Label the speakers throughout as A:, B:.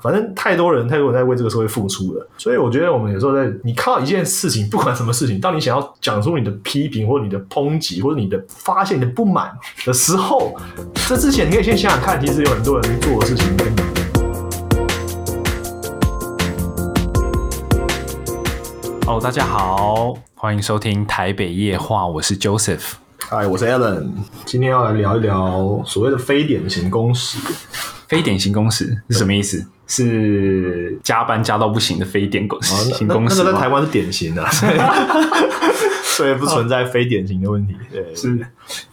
A: 反正太多人，太多人在为这个社会付出了，所以我觉得我们有时候在你看到一件事情，不管什么事情，当你想要讲出你的批评或者你的抨击或者你的发泄、你的不满的时候，这之前你可以先想想看，其实有很多人做的事情跟你。
B: 哦，大家好，欢迎收听台北夜话，我是 Joseph。
A: 嗨，哎我是 Alan，今天要来聊一聊所谓的非典型工时。
B: 非典型工时是什么意思？是加班加到不行的非典工
A: 啊
B: 时，
A: 那
B: 型
A: 那
B: 工
A: 那
B: 时
A: 个在
B: 吗
A: 台湾是典型的、啊， 所以所以不存在非典型的问题。对，
B: 是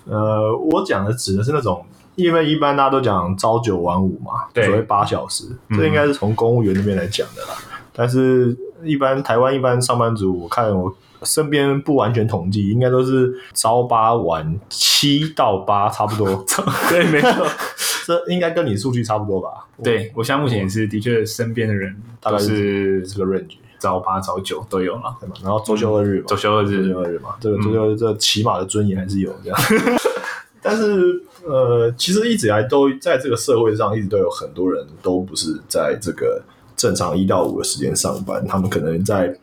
A: 呃，我讲的指的是那种，因为一般大家都讲朝九晚五嘛，
B: 对
A: 所谓八小时，
B: 嗯
A: 这应该是从公务员那边来讲的啦。但是，一般台湾一般上班族，我看我身边不完全统计，应该都是朝八晚七到八，差不多。
B: 对，没错，
A: 这应该跟你数据差不多吧？
B: 对我现在目前也是，的确身边的人
A: 大概
B: 都
A: 是
B: 是
A: 这个 range
B: 早八早九都有了，
A: 对吧？然后周休二日嘛，
B: 周休二日
A: 周，二日嘛，这个周六日这起码的尊严还是有这样。 但是呃，其实一直以来都在这个社会上，一直都有很多人都不是在这个正常一到五的时间上班，他们可能在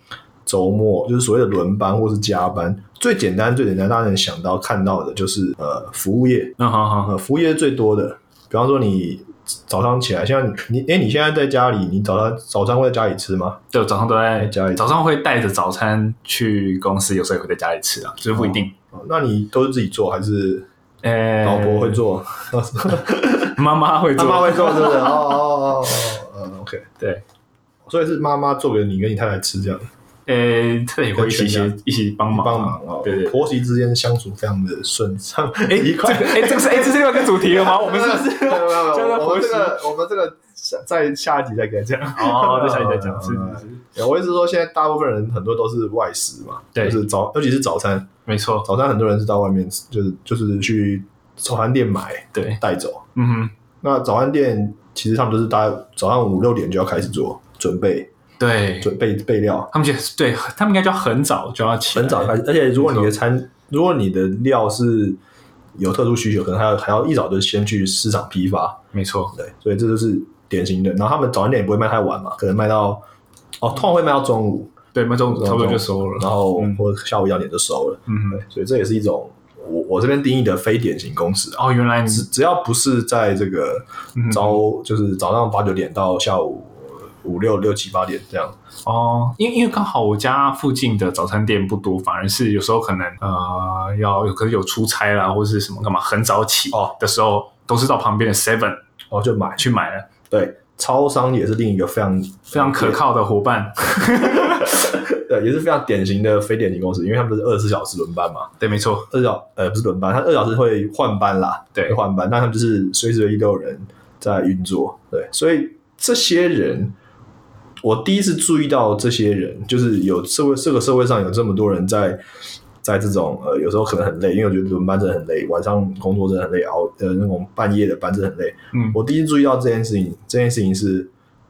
A: 周末，就是所谓的轮班或是加班。最简单最简单，大家能想到看到的就是呃服务业，
B: 嗯，好好，好
A: 呃服务业最多的，比方说你。早上起来，像你，哎、你现在在家里，你早上早餐会在家里吃吗？
B: 对，我早上都在
A: 家里
B: 早上会带着早餐去公司，有时候也会在家里吃啊，就是不一定。
A: 哦那你都是自己做还是
B: 呃，
A: 老婆会，做？
B: 妈妈会
A: 妈
B: 做，
A: 妈会做，是不是？哦哦哦哦哦，OK。
B: 对，
A: 所以是妈妈做给你跟你太太吃，这样
B: 呃，这也会一起一
A: 跟
B: 起一起帮忙啊
A: 帮忙哦。
B: 对对对
A: 婆媳之间相处非常的顺畅，哎，愉快。
B: 哎、这个是哎、这是另外一个主题了吗？我们是不
A: 没
B: 是？
A: 有没有没
B: 叫
A: 有，
B: 做
A: 我
B: 婆
A: 们
B: 媳
A: 这个我们这个下在下一集再跟你讲。
B: 哦， 在下一集再讲，是是是，
A: 对我一直说，现在大部分人很多都是外食嘛，
B: 对
A: 就是早，尤其是早餐，
B: 没错，
A: 早餐很多人是到外面吃，就是就是去早餐店买
B: 对，
A: 带走。
B: 嗯哼，
A: 那早餐店其实他们都是大概早上五六点就要开始做准备，
B: 对，
A: 准备备料，
B: 他们就对他们应该就要很早就要起来，
A: 很早开始，而且如果你的餐，如果你的料是有特殊需求，可能还要还要一早就先去市场批发，
B: 没错，
A: 对，所以这就是典型的。然后他们早餐店也不会卖太晚嘛，可能卖到哦，通常会卖到中午，
B: 对，那中午差不多就收了，
A: 然后
B: 嗯
A: 或者下午一两点就收了，
B: 嗯哼
A: 对，，所以这也是一种我我这边定义的非典型工时啊，
B: 哦，原来你
A: 只只要不是在这个
B: 嗯
A: 早就是早上八九点到下午五六六七八点这样，
B: 哦，因因为刚好我家附近的早餐店不多，反而是有时候可能呃要有可能有出差啦，或是什么干嘛很早起
A: 哦
B: 的时候，都是到旁边的 Seven
A: 然后就买，
B: 去买了，
A: 对。超商也是另一个非常
B: 非常可靠的伙伴。
A: 对，也是非常典型的非典型公司，因为他们都是二十四小时轮班嘛，
B: 对，没错，
A: 二小呃不是轮班，他二小时会换班啦，
B: 对
A: 会换班，那他们就是随时随地都有人在运作，对，所以这些人，我第一次注意到这些人，就是有社会这个社会上有这么多人在。在这种呃，有时候可能很累，因为我觉得轮班真的很累，晚上工作真的很累，熬呃那种半夜的班真的很累。
B: 嗯，
A: 我第一次注意到这件事情，这件事情是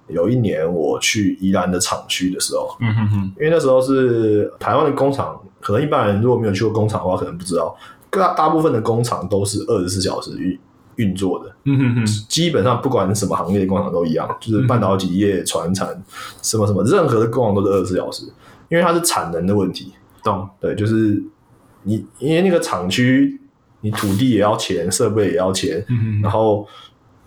A: 有一年我去宜兰的厂区的时候，
B: 嗯哼哼，
A: 因为那时候是台湾的工厂，可能一般人如果没有去过工厂的话，可能不知道，大大部分的工厂都是二十四小时运运作的，
B: 嗯哼哼，
A: 基本上不管是什么行业的工厂都一样，
B: 嗯
A: 就是半导体业、船产什么什么，任何的工厂都是二十四小时，因为它是产能的问题，
B: 懂，
A: 对，就是你因为那个厂区，你土地也要钱，设备也要钱，
B: 嗯哼
A: 然
B: 哼，
A: 后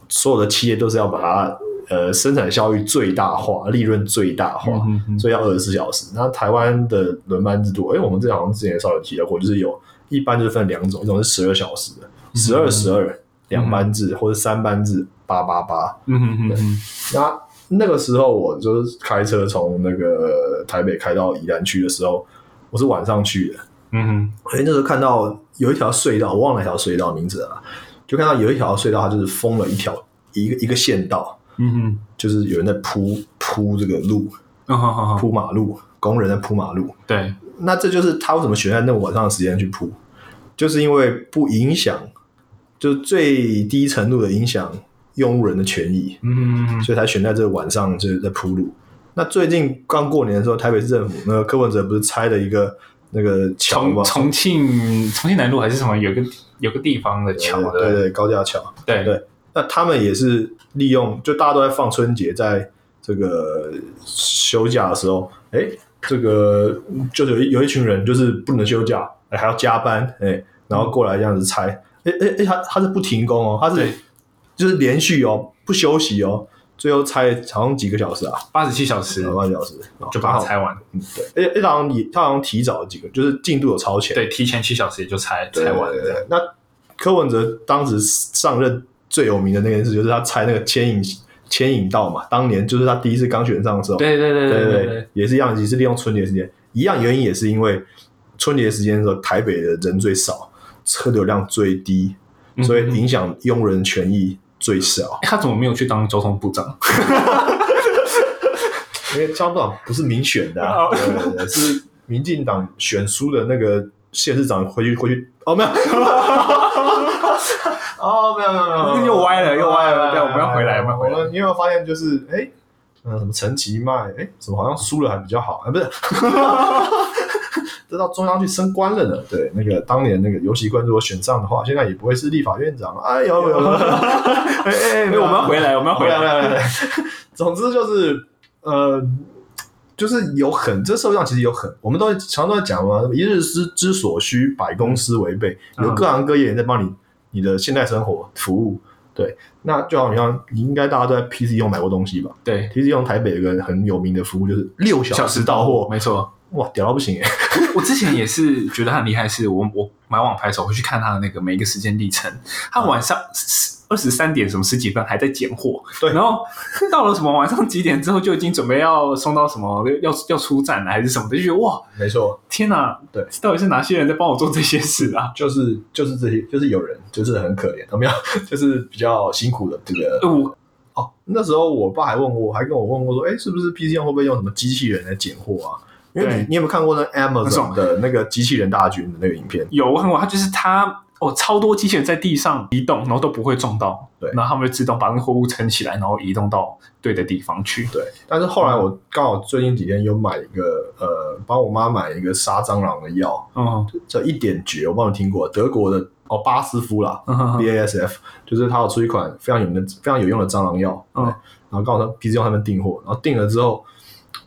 A: 所有的企业都是要把它呃生产效率最大化，利润最大化。
B: 嗯哼哼
A: 所以要二十四小时。那台湾的轮班制度，哎、我们这好像之前也稍微提到过，就是有一般就是分两种，一种是十二小时的，十二十二两班制、或者三班制八八八。
B: 嗯哼哼哼，
A: 那那个时候我就是开车从那个台北开到宜兰区的时候，我是晚上去的。
B: 嗯哼，
A: 哎、那时候看到有一条隧道，我忘了那条隧道名字了啊，就看到有一条隧道，它就是封了一条一个一个县道，
B: 嗯哼，
A: 就是有人在铺铺这个路，
B: 嗯好好好，
A: 铺马路，工人在铺马路。
B: 对，
A: 那这就是他为什么选在那么晚上的时间去铺，就是因为不影响，就是最低程度的影响用户人的权益，
B: 嗯哼哼哼，
A: 所以才选在这个晚上就是在铺路。那最近刚过年的时候，台北市政府那个柯文哲不是拆了一个那个桥吗
B: 重？重庆重庆南路还是什么，有个有个地方的桥
A: 对
B: 的，
A: 对，高架桥。
B: 对
A: 对那他们也是利用，就大家都在放春节，在这个休假的时候，哎、这个就是有一有一群人就是不能休假，哎、还要加班，哎、然后过来这样子拆，哎哎哎，他他是不停工哦，他是
B: 对
A: 就是连续哦，不休息哦，最后拆好像几个小时啊，
B: 八十七小时
A: 两个半小时，
B: 就把它
A: 好
B: 拆完，
A: 嗯对，而且而且好像也他好像提早几个，就是进度有超前，
B: 对，提前七小时也就拆
A: 对
B: 拆完
A: 对
B: 了
A: 对。对那柯文哲当时上任最有名的那件事，就是他拆那个牵引牵引道嘛，当年就是他第一次刚选上的时候，
B: 对对
A: 对
B: 对对
A: 对
B: 对
A: 对
B: 对，
A: 也是一样，也是利用春节时间，一样原因也是因为春节时间的时候，台北的人最少，车流量最低，
B: 嗯
A: 所以影响用人权益最少。
B: 他怎么没有去当交通部长？
A: 因为张部长不是民选的、啊，
B: 哦
A: 对对对是民进党选输的那个县市长回去回去哦，没有，哦，没有没有没有，
B: 又歪了又歪了对我们要回来我们要回来
A: 们你有没有发现就是哎，嗯，什么陈其迈，哎，怎么好像输了还比较好？哎，不是， 这到中央去升官了呢。对，那个当年那个尤习官如果选上的话，现在也不会是立法院长了。哎呦，有 有有哎哎，没
B: 因为
A: 有
B: 我们要回来，我们要
A: 回
B: 回
A: 来，回来，
B: 来。
A: 回来。 总之就是，呃，就是有很这社会上其实有很，我们都常常都在讲嘛，一日之之所需，百公司为备，
B: 嗯
A: 有各行各业人在帮你你的现代生活服务。对，那就好像你应该大家都在 PC 用买过东西吧
B: 对，
A: ？PC 用台北有个很有名的服务就是六小
B: 小
A: 时
B: 时
A: 到
B: 到
A: 货
B: 货，，没错。
A: 哇，屌到不 行哎、
B: 我之前也是觉得他很厉害，是我我买网拍的时候会去看他的那个每一个时间历程，他
A: 嗯
B: 晚上二十三点什么十几分还在拣货，
A: 对
B: 然后到了什么晚上几点之后就已经准备要送到什么要要出站了还是什么的，就觉得哇
A: 没错，
B: 天哪，
A: 对，
B: 到底是哪些人在帮我做这些事啊？
A: 就是就是这些，就是有人就是很可怜，有 没有？就是比较辛苦的这个
B: 呃我
A: 哦，那时候我爸还问我，还跟我问过说，哎，是不是 PC 上会不会用什么机器人来拣货啊？因为你
B: 对
A: 你有没有看过那
B: 那
A: Amazon
B: 种
A: 的那个机器人大军的那个影片？
B: 有我看过，他就是他。哦，超多机器人在地上移动，然后都不会撞到，
A: 对
B: 然后他们就自动把那个货物撑起来，然后移动到对的地方去。
A: 对，但是后来我刚好最近几天有买一个，呃，帮我妈买一个杀蟑螂的药，
B: 嗯，
A: 叫一点绝，我帮你听过，德国的哦巴斯夫啦
B: 嗯哼哼
A: BASF，就是它有出一款非常有名的、非常有用的蟑螂药，对
B: 嗯
A: 然后告诉他 PC 用他们订货，然后订了之后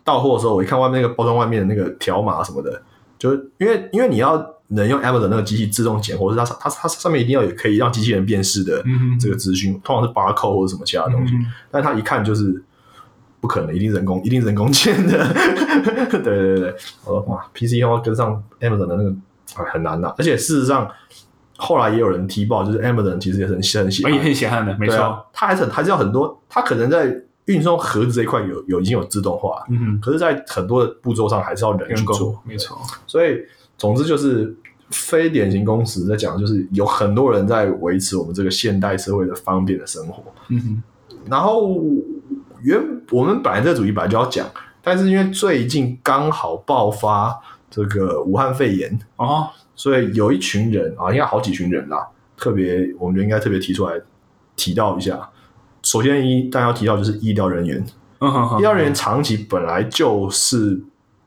A: 到货的时候，我一看外面那个包装外面的那个条码什么的，就是因为因为你要能用 Amazon 那个机器自动拣货，是它它它上面一定要有可以让机器人辨识的
B: 嗯哼，
A: 这个资讯，通常是 barcode 或者什么其他的东西，
B: 嗯哼
A: 但它一看就是。不可能，一定人工，一定人工建的。 对对对对，我说哇，PC 要跟上 Amazon 的那个，哎，很难呐、而且事实上，后来也有人踢爆，就是 Amazon 其实也很很喜
B: 哦
A: 欢
B: 也很血汗的，没
A: 对
B: 错。
A: 啊，它还是很还是有很多，它可能在运送盒子这一块有有已经有自动化了，
B: 嗯
A: 可是，在很多的步骤上还是要
B: 哼，
A: 人
B: 员
A: 去
B: 工
A: 做，
B: 没错。
A: 所以总之就是非典型工时在讲，就是有很多人在维持我们这个现代社会的方便的生活。
B: 嗯哼，
A: 然后原我们本来这主题本来就要讲，但是因为最近刚好爆发这个武汉肺炎，
B: 哦，
A: 所以有一群人啊，应该好几群人啦，特别我们觉得应该特别提出来提到一下。首先一，但要提到就是医疗人员，
B: 嗯哼哼，
A: 医疗人员长期本来就是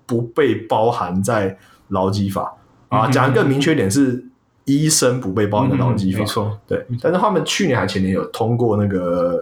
A: 不被包含在劳基法啊，
B: 嗯哼
A: 讲得更明确一点是医生不被包含在劳基
B: 嗯
A: 法
B: 没，错，
A: 对。但是他们去年还前年有通过那个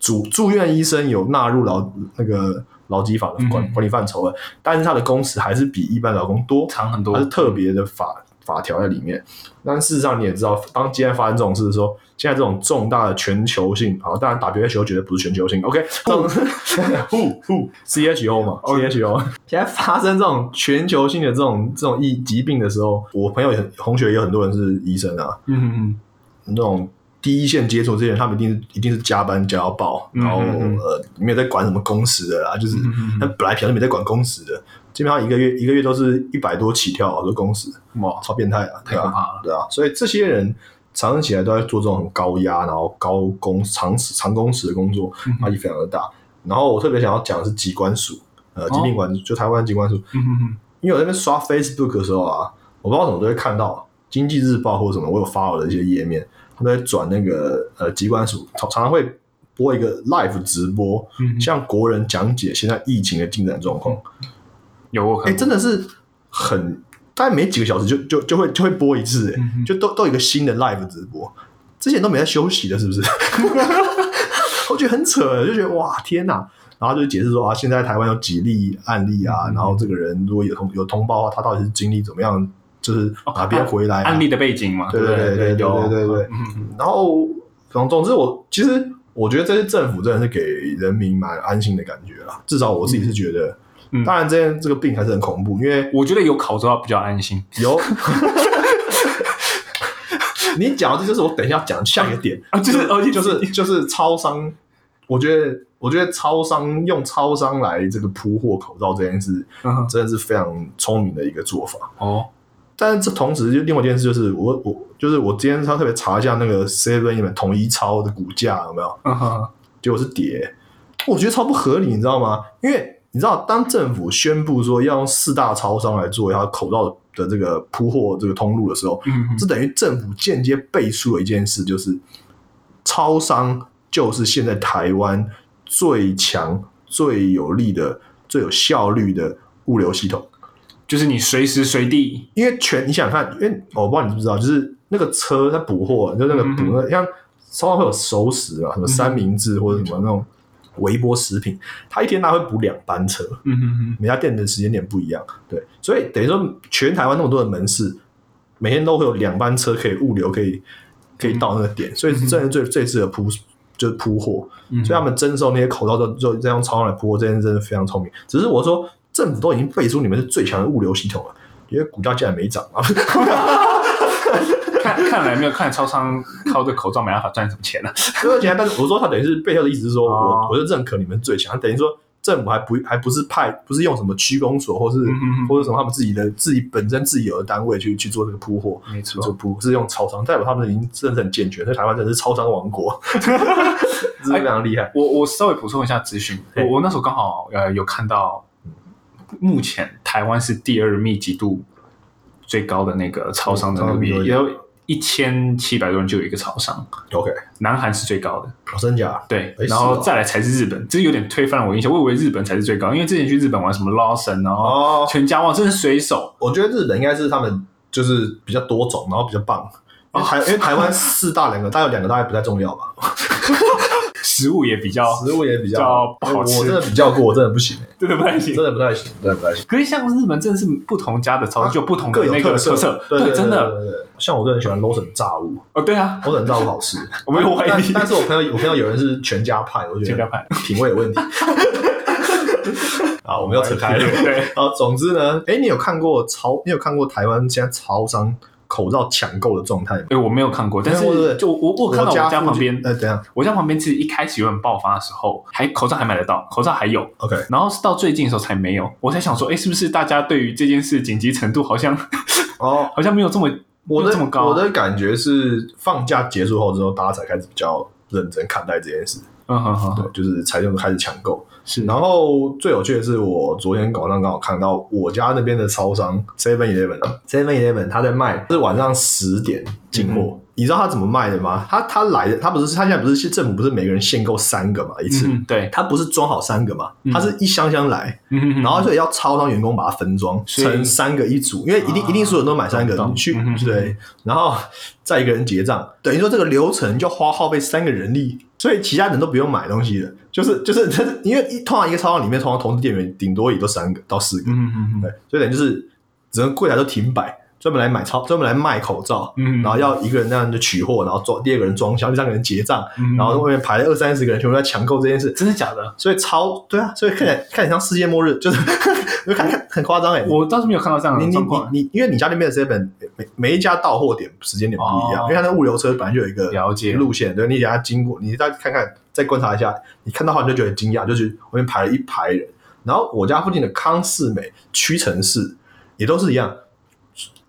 A: 住住院医生有纳入劳那个劳基法的管
B: 嗯
A: 管理范畴了，但是他的工时还是比一般劳工多，
B: 长很多，
A: 它是特别的法法条在里面。但事实上你也知道，当今天发生这种事的时候，现在这种重大的全球性，好，当然 WHO 绝对不是全球性，OK，这种 WHO WHO 嘛，WHO，现在发生这种全球性的这种这种疫疾病的时候，我朋友也很同学也有很多人是医生啊，
B: 嗯哼哼，
A: 那种。第一线接触这些人，他们一定是一定是加班加到爆，然后
B: 嗯嗯嗯
A: 呃没有在管什么工时的啦，就是
B: 嗯哼
A: 他
B: 哼
A: 本来平常就没在管工时的，基本上一个月一个月都是一百多起跳、啊，都工时，
B: 哇，
A: 超变态啊！
B: 太
A: 对
B: 可
A: 啊，
B: 怕了，
A: 对啊，所以这些人长期起来都在做这种很高压，然后高工长时长工时的工作，
B: 嗯
A: 压力非常的大。然后我特别想要讲的是机关署，呃，
B: 哦
A: 疾病管、就台湾机关署，
B: 嗯哼哼，
A: 因为我在那边刷 Facebook 的时候啊，我不知道怎么都会看到《经济日报》或者什么，我有发我的一些页面，他们在转那个呃机关署，常常常会播一个 live 直播，
B: 嗯
A: 向国人讲解现在疫情的进展状况。
B: 有我
A: 哎、
B: 看过，
A: 真的是很，大概每几个小时就就就会就会播一次、哎、
B: 嗯哼
A: 就都都有一个新的 live 直播。这之前都没在休息的，是不 是？我觉得很扯，就觉得哇天哪！然后就解释说啊，现在台湾有几例案例啊，
B: 嗯
A: 然后这个人如果有通有通报啊，他到底是经历怎么样，就是哪边回来、啊
B: 哦案例的背景嘛，
A: 对
B: 不
A: 对对对对
B: 有，
A: 对对对
B: 嗯，
A: 然后总总之我，其实我觉得这些政府真的是给人民蛮安心的感觉啦，至少我自己是觉得。
B: 嗯
A: 当然，这件这个病还是很恐怖，因为
B: 我觉得有考之后比较安心。
A: 有。你讲的这就是我等一下讲下一个点
B: 啊就是哦
A: 就是就是超商，我觉得我觉得超商用超商来这个铺货口罩这件事，
B: 嗯
A: 真的是非常聪明的一个做法。
B: 哦，
A: 但是这同时就另外一件事就是我我就是我今天他特别查一下那个 Seven 里面统一超的股价有没有，
B: 嗯哼，
A: 结果是跌，我觉得超不合理，你知道吗？因为你知道，当政府宣布说要用四大超商来做它口罩的这个铺货这个通路的时候，
B: 嗯
A: 这等于政府间接背书了一件事，就是超商就是现在台湾最强、最有力的、最有效率的物流系统。
B: 就是你随时随地，
A: 因为全你想想看，因为我不知道你知不知道，就是那个车它补货，就那个
B: 嗯
A: 补
B: 嗯
A: 那像超商会有熟食啊，什么三明治或者什么那种微波食品，它一天大概会补两班车，
B: 嗯哼哼，
A: 每家店的时间点不一样，对，所以等于说全台湾那么多的门市，每天都会有两班车可以物流可以可以到那个点，所以是真的最最适合铺就是铺货，
B: 嗯
A: 所以他们征收那些口罩就就这样超来铺货，这件事真的非常聪明。只是我说政府都已经背出你们是最强的物流系统了，因为股价竟然没涨啊！
B: 看看来没有看超商靠这口罩没办法赚什么钱啊了。
A: 所以而且还但是我说他等于是背后的意思是说
B: 哦
A: 我我就认可你们最强，等于说政府还不还不是派不是用什么区公所或是
B: 嗯嗯嗯
A: 或者什么他们自己的自己本身自己有的单位去去做这个铺货。
B: 没
A: 就，不是用超商，代表他们已经真的很健全，所以台湾真的是超商王国， 真的非常厉害。
B: 我我稍微补充一下资讯，我
A: 对
B: 我那时候刚好呃有看到，目前台湾是第二密集度最高的那个超商的那
A: 嗯
B: 边，
A: 嗯
B: 也有一千七百多人就有一个超商，
A: OK，
B: 南韩是最高的，
A: 哦真假？
B: 对，
A: 诶
B: 然
A: 是
B: 后
A: 哦
B: 再来才是日本，这有点推翻了我印象，我以为日本才是最高，因为之前去日本玩什么 Lawson，然后
A: 哦，
B: 全家哇，真是水手，
A: 我觉得日本应该是他们就是比较多种，然后比较棒。因
B: 哦
A: 为台因为台湾四大两个，大概有两个大概不太重要吧，
B: 食物也比较
A: 食物也比哎
B: 较不好吃
A: 我真的比较过，我真的不行、欸
B: 真的不太行
A: 真。的不太行，真的不太行。
B: 可是像日本，真的是不同家的超市
A: 啊
B: 就有不同的
A: 各有
B: 那个
A: 色，
B: 色，
A: 对对，
B: 真的
A: 对对对对像我个人喜欢 Lawson 炸物
B: 哦，对啊，
A: ，Lawson 炸物好吃。
B: 我没有怀
A: 但
B: 疑
A: 但是我朋友我朋友有人是全家派，我觉
B: 全家
A: 得
B: 派，
A: 品味有问题。啊，我们要扯开了。
B: 对，
A: 好，总之呢，哎，你有看过超，你有看过台湾现在超商口罩抢购的状态吗？
B: 哎，我没有看过， 但
A: 没有
B: 是
A: 对
B: 就我我看到我家旁边，
A: 呃，怎样
B: 我家旁边其实一开始有点爆发的时候，还口罩还买得到，口罩还有，
A: ？OK，
B: 然后是到最近的时候才没有，我才想说，哎，是不是大家对于这件事紧急程度好像
A: 哦，
B: 好像没有这么
A: 我
B: 没有
A: 的
B: 这么高，啊
A: 我的感觉是放假结束后之后，大家才开始比较认真看待这件事，
B: 嗯哼哼，哼
A: 对，就是才就开始抢购。
B: 是，
A: 然后最有趣的是，我昨天晚上刚好看到我家那边的超商 Seven Eleven 啊 Seven Eleven，他在卖是晚上十点
B: 嗯
A: 进货。你知道他怎么卖的吗？他他来的，他不是他现在不是政府不是每个人限购三个嘛一次，
B: 嗯对，
A: 他不是装好三个嘛，
B: 嗯
A: 他是一箱箱来，
B: 嗯哼哼
A: 然后所以要超商员工把它分装
B: 所以
A: 成三个一组，因为一定
B: 啊
A: 一定所有人都买三个，
B: 懂
A: 你去
B: 嗯哼
A: 对，然后再一个人结账，等于说这个流程就花耗费三个人力，所以其他人都不用买东西了，就是就是 他因为一通常一个超商里面通常同时店员顶多也就三个到四个，
B: 嗯哼哼
A: 对，所以等于就是整个柜台都停摆，专门来买超专门来卖口罩，
B: 嗯，
A: 然后要一个人那样就取货，然后装第二个人装箱，第三个人结账，
B: 嗯
A: 然后外面排了二三十个人全部在抢购这件事，
B: 真的假的？
A: 所以超对啊，所以看起来看起来像世界末日，就是 就看看很夸张哎。
B: 嗯我倒是没有看到这样
A: 你
B: 的
A: 你
B: 状
A: 你
B: 况，
A: 你，因为你家那边的 seven 每每一家到货点时间点不一样，
B: 哦
A: 因为它那物流车本来就有一个
B: 了解
A: 路线，对，你等下经过，你再看看，再观察一下，你看到的话你就觉得很惊讶，就是外面排了一排人。然后我家附近的康世美、屈臣氏也都是一样，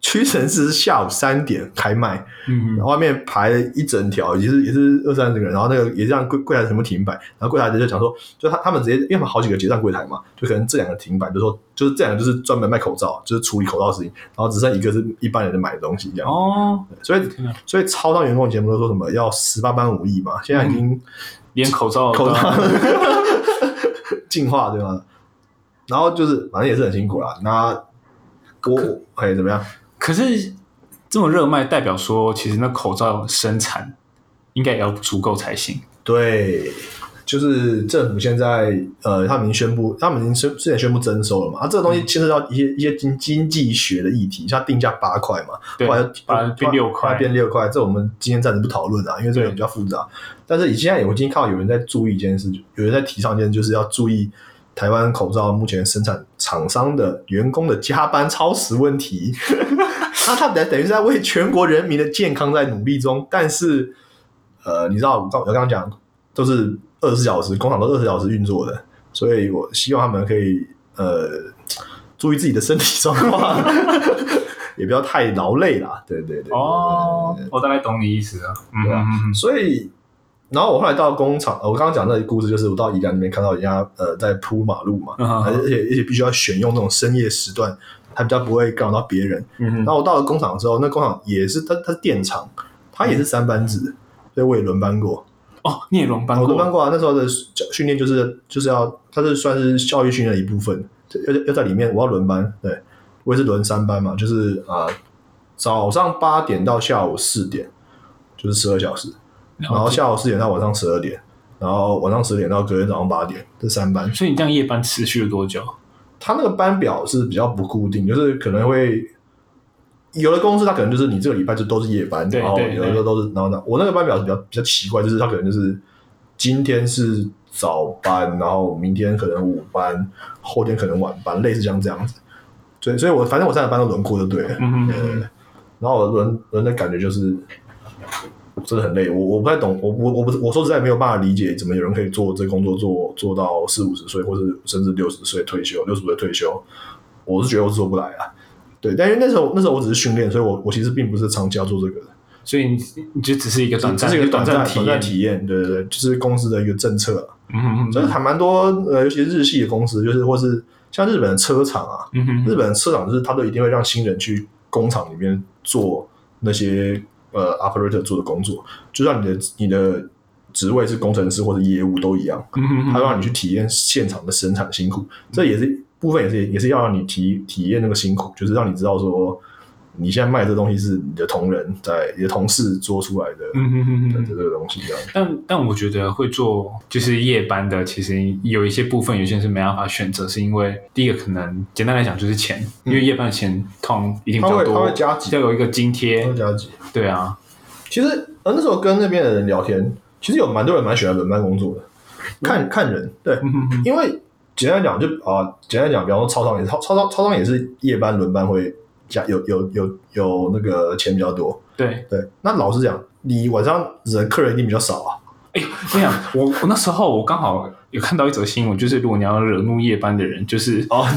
A: 屈臣氏是下午三点开卖，
B: 嗯
A: 然后外面排了一整条，也是也是二三十个人，然后那个也是让柜柜台全部停摆，然后柜台的就讲说，就他他们直接，因为他们好几个结账柜台嘛，就可能这两个停摆，就说就是这两个就是专门卖口罩，就是处理口罩的事情，然后只剩一个是一般人买的东西这样，
B: 哦，
A: 所以
B: 天哪
A: 所以超到员工以前不是说什么要十八般武艺嘛，现在已经
B: 连口罩
A: 嗯口
B: 都
A: 罩 进化对吗？然后就是反正也是很辛苦啦，那我哎怎么样？
B: 可是这么热卖，代表说其实那口罩生产应该也要足够才行。
A: 对，就是政府现在呃，他们已经宣布，他们已经宣之前宣布征收了嘛。啊，这个
B: 嗯
A: 东西牵涉到一些一些经经济学的议题，像定价八块嘛，
B: 对
A: 后来就
B: 把它变六块
A: 把它变六块，这我们今天暂时不讨论啊，因为这个
B: 对
A: 比较复杂。但是你现在我今天看到有人在注意一件事，有人在提倡一件事，就是要注意台湾口罩目前生产厂商的员工的加班超时问题。那他等等于是在为全国人民的健康在努力中，但是呃，你知道我刚我刚刚讲都是二十四小时，工厂都二十四小时运作的，所以我希望他们可以呃注意自己的身体状况， 也不要太劳累啦。对对对对
B: 哦，我大概懂你意思了。嗯
A: 对啊
B: 嗯嗯
A: 所以，然后我后来到工厂，呃我刚刚讲那个故事，就是我到宜兰那边看到人家呃在铺马路嘛，
B: 嗯
A: 而且而且必须要选用那种深夜时段，还比较不会干扰到别人。
B: 嗯嗯
A: 然后我到了工厂的时候，那工厂也是它它是电厂，它也是三班制，所以我也轮班过。
B: 哦，你也轮嗯班
A: 我轮班
B: 过，
A: 过啊，那时候的教训练就是就是要，它是算是教育训练的一部分，这要要在里面我要轮班，对我也是轮三班嘛，就是啊、呃早上八点到下午四点，就是十二小时。
B: 然
A: 然后
B: 后
A: 下午四点到晚上十二点，然后晚上十点到隔天早上八点，这三班。
B: 所以你这样夜班持续了多久？
A: 他那个班表是比较不固定，就是可能会有的公司他可能就是你这个礼拜就都是夜班，
B: 对
A: 然后
B: 对
A: 有的时候都是，然后呢，我那个班表是比较比较奇怪，就是他可能就是今天是早班，然后明天可能午班，后天可能晚班，类似像这样子。所以，所以我反正我三个班都轮过就对了。
B: 嗯嗯嗯，
A: 然后我轮轮的感觉就是真的很累，我我不太懂，我我我不我说实在没有办法理解，怎么有人可以做这工作做做到四五十岁，或是甚至六十岁退休，六十岁退休，我是觉得我做不来啊。对，但因为那时候那时候我只是训练，所以我我其实并不是长期要做这个的，
B: 所以你你就只是一个短
A: 只
B: 暂，
A: 是一个
B: 短
A: 短暂
B: 体
A: 短
B: 验
A: 暂。体验，对对对，就是公司的一个政策啊，
B: 嗯嗯
A: 所以还蛮多呃，尤其是日系的公司，就是或是像日本的车厂啊，
B: 嗯嗯
A: 日
B: 嗯，
A: 本的车厂就是他都一定会让新人去工厂里面做那些呃 operator 做的工作，就让你的你的职位是工程师或者业务都一样，
B: 嗯
A: 他让你去体验现场的生产辛苦，这也是部分也是也是要让你体体验那个辛苦，就是让你知道说你现在卖这东西是你的同仁在你的同事做出来的
B: 嗯嗯
A: 的
B: 嗯
A: 这个东西这样。
B: 但但我觉得会做就是夜班的，其实有一些部分有些人是没办法选择，是因为第一个可能简单来讲就是钱，因为夜班的钱通一定比较多，
A: 嗯他会他会加急
B: 要有一个津贴
A: 多，加几
B: 对啊，
A: 其实呃那时候跟那边的人聊天，其实有蛮多人蛮喜欢轮班工作的，看看人对，因为简单讲就啊，简单讲，比方说超商也是超超商超商也是夜班轮班会加有有有有那个钱比较多，
B: 对。
A: 对。那老实讲，你晚上人客人一定比较少啊，
B: 哎，我跟你讲，我我那时候我刚好有看到一则新闻，就是如果你要惹怒夜班的人，就是
A: 哦，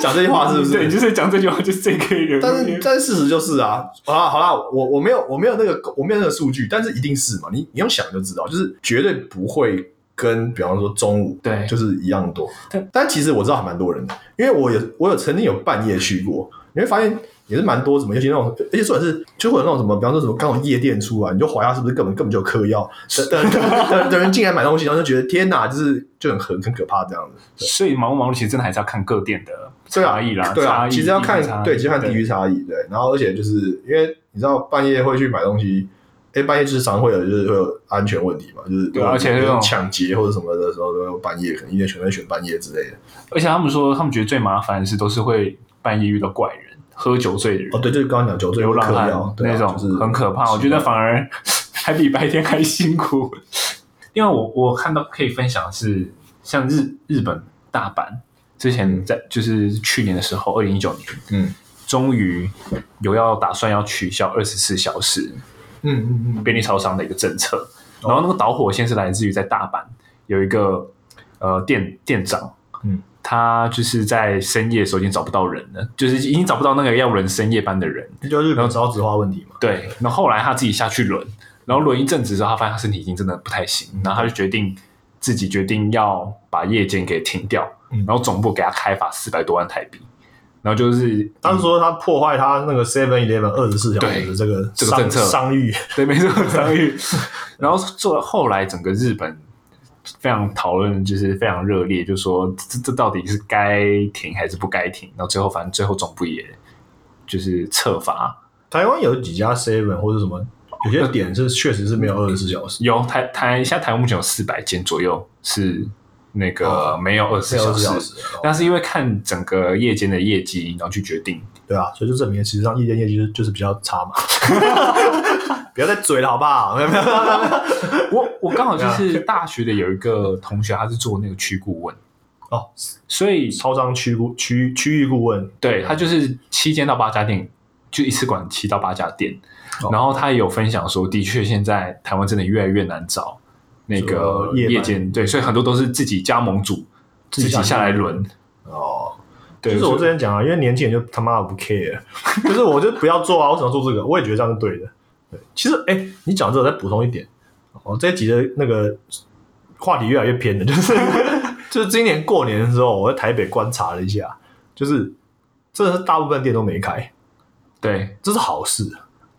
A: 讲这句话是不嗯
B: 对，
A: 是？
B: 就是讲这句话，就是这个人。
A: 但是但事实就是啊，好啦好啦，我我没有我没有那个我没有那个数据，但是一定是嘛，你你用想就知道，就是绝对不会跟比方说中午
B: 对
A: 就是一样多
B: 对。
A: 但其实我知道还蛮多人的，因为我有我有曾经有半夜去过，你会发现也是蛮多什么，尤其那种，而且算是就会有那种什么，比方说什么刚好夜店出来，你就怀疑他是不是根本根本就有嗑药，等等等等人进来买东西，然后就觉得天哪，就是就很很很可怕这样子。
B: 所以忙不忙碌，其实真的还是要看各店的
A: 对啊
B: 差异啦，
A: 对啊，
B: 差异
A: 其实要看
B: 地域差异
A: 对，其实看地
B: 对
A: 域差异对。然后而且就是因为你知道半夜会去买东西，哎，半夜就是常会有就是会有安全问题嘛，就是
B: 对啊而且
A: 就是
B: 那种
A: 抢劫或者什么的时候都有半夜，可能一点选择选半夜之类的。
B: 而且他们说，他们觉得最麻烦的是都是会半夜遇到怪人，喝酒醉的人，
A: 哦，对，就是刚刚讲酒醉
B: 流浪
A: 嗑
B: 汉、
A: 药对啊
B: 那种，
A: 就是
B: 很可怕。我觉得反而 还比白天还辛苦，因为我我看到可以分享的是像日日本大阪之前在、就是去年的时候，二零一九年，
A: 嗯
B: 终于有要打算要取消二十四小时
A: 嗯嗯嗯，
B: 便利超商的一个政策。然后那个导火线是来自于在大阪有一个呃店店长，
A: 嗯，
B: 他就是在深夜的时候已经找不到人了，就是已经找不到那个要轮深夜班的人。
A: 这嗯就是日本烧纸花问题嘛。
B: 对，然后后来他自己下去轮，然后轮一阵子之后，他发现他身体已经真的不太
A: 嗯
B: 行，然后他就决定自己决定要把夜间给停掉，
A: 嗯
B: 然后总部给他开罚四百多万台币，然后就是
A: 他是说他破坏他那个 Seven Eleven 二十四小时的这个
B: 这个
A: 商
B: 政策
A: 商誉，
B: 对，没错，张裕。然后做后来整个日本非常讨论，就是非常热烈，就说这这到底是该停还是不该停？然后最后反正最后总部也就是策罚，
A: 台湾有几家 Seven 或者什么有
B: 呃
A: 些点是确实是没有二十四小时，
B: 有台台现在台湾目前有四百间左右是那个
A: 哦
B: 没有二十四
A: 没有
B: 小
A: 二十四
B: 时，
A: 小时，哦
B: 那是因为看整个夜间的业绩，然后去决定。
A: 对啊，所以就证明其实上夜间业绩就是就是比较差 嘛。不要再嘴了好不好？ 没有没有没有没有
B: 我我刚好
A: 啊
B: 就是大学的有一个同学，他是做那个区顾问，
A: 哦，
B: 所以
A: 超商区顾区区域顾问，
B: 对他就是七间到八家店，就一次管七到八家店。
A: 哦
B: 然后他也有分享说，的确现在台湾真的越来越难找那个
A: 就夜班
B: 夜间，对，所以很多都是自己加盟组
A: 自
B: 自
A: 己
B: 己
A: 下
B: 下来轮。
A: 哦，
B: 对，
A: 就是我之
B: 所以
A: 前讲啊，因为年轻人就他妈的不 care，就是我就不要做啊，我想要做这个，我也觉得这样是对的。对，其实哎、你讲这个再补充一点，哦，这一集的那个话题越来越偏了，就是 就是今年过年的时候，我在台北观察了一下，就是真的是大部分店都没开，
B: 对
A: 这是好事，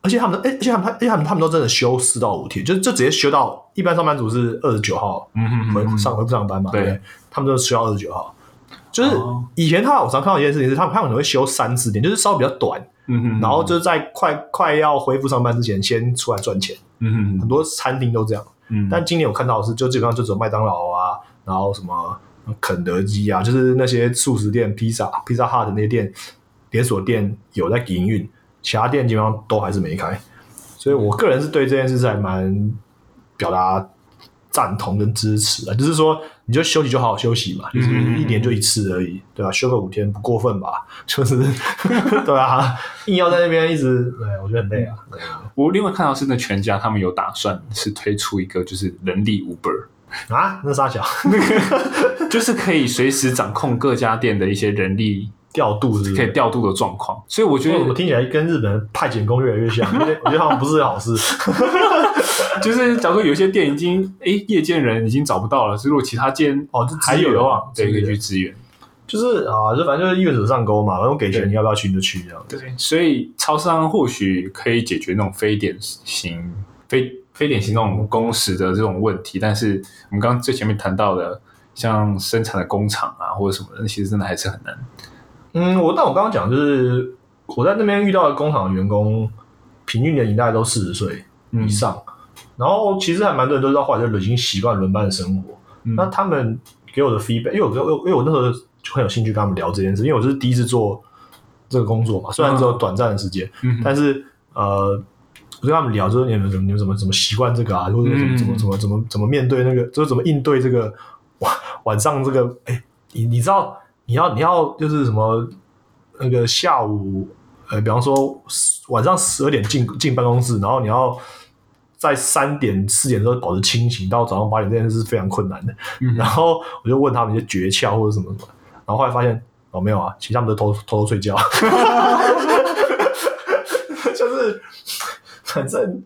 A: 而且他们哎、而且他们而且他们他们都真的休四到五天，就是就直接休到一般上班族是二十九号
B: 嗯哼
A: 回
B: 嗯哼，
A: 上回不上班嘛，
B: 对
A: 对不对，他们都是休二十九号。就是
B: 哦
A: 以前他我常看到一件事情是，他们他们可能会休三四天，就是稍微比较短，
B: 嗯哼，
A: 然后就是在快快要恢复上班之前，先出来赚钱。
B: 嗯
A: 很
B: 哼
A: 多餐厅都这样，
B: 嗯，
A: 但今年我看到的是，就基本上就只有麦当劳啊，然后什么肯德基啊，就是那些素食店、披萨、披萨 hut 那些店连锁店有在营运，其他店基本上都还是没开。所以我个人是对这件事是还蛮表达赞同跟支持的，就是说你就休息就好好休息嘛，就是一年就一次而已，对吧、啊休个五天不过分吧？ 就是对啊，硬要在那边一直，对我觉得很累啊。对
B: 我另外看到是那全家他们有打算是推出一个就是人力 Uber，
A: 啊，那傻小
B: 就是可以随时掌控各家店的一些人力
A: 调度是不是
B: 可以调度的状况，所以我觉
A: 因为我
B: 得
A: 听起来跟日本的派遣工越来越像，我觉得 我觉得好像不是好事。
B: 就是假如说有些店已经诶夜间人已经找不到了，所以如果其他间
A: 哦，就
B: 还有的话，
A: 这
B: 对，可以
A: 个
B: 去支援。
A: 就是啊，就反正就是愿者上钩嘛，反正我给钱你要不要去你就去这样子。
B: 对，所以超商或许可以解决那种非典型、非非典型那种工时的这种问题，但是我们刚刚最前面谈到的，像生产的工厂啊或者什么的，那其实真的还是很难。
A: 嗯，我但我刚刚讲就是我在那边遇到的工厂员工，平均年龄大概都四十岁以上，然后其实还蛮多人都知道，后来就已经习惯轮班的生活。
B: 嗯
A: 那他们给我的 feedback，因为我跟因为我那时候就很有兴趣跟他们聊这件事，因为我就是第一次做这个工作嘛，虽然只有短暂的时间，
B: 嗯
A: 但是呃，我跟他们聊，就是你们怎么你们怎么怎么习惯这个啊，或者
B: 嗯
A: 怎么怎么怎么怎么怎么面对那个，就是怎么应对这个晚晚上这个，哎，你你知道你要你要就是什么那个下午呃，比方说晚上十二点进进办公室，然后你要。在三点四点的时候保持清醒，到早上八点这件事是非常困难的。
B: 嗯
A: 然后我就问他们一些诀窍或者什么什么，然后后来发现哦没有啊，其实他们都偷偷偷睡觉， 就是反正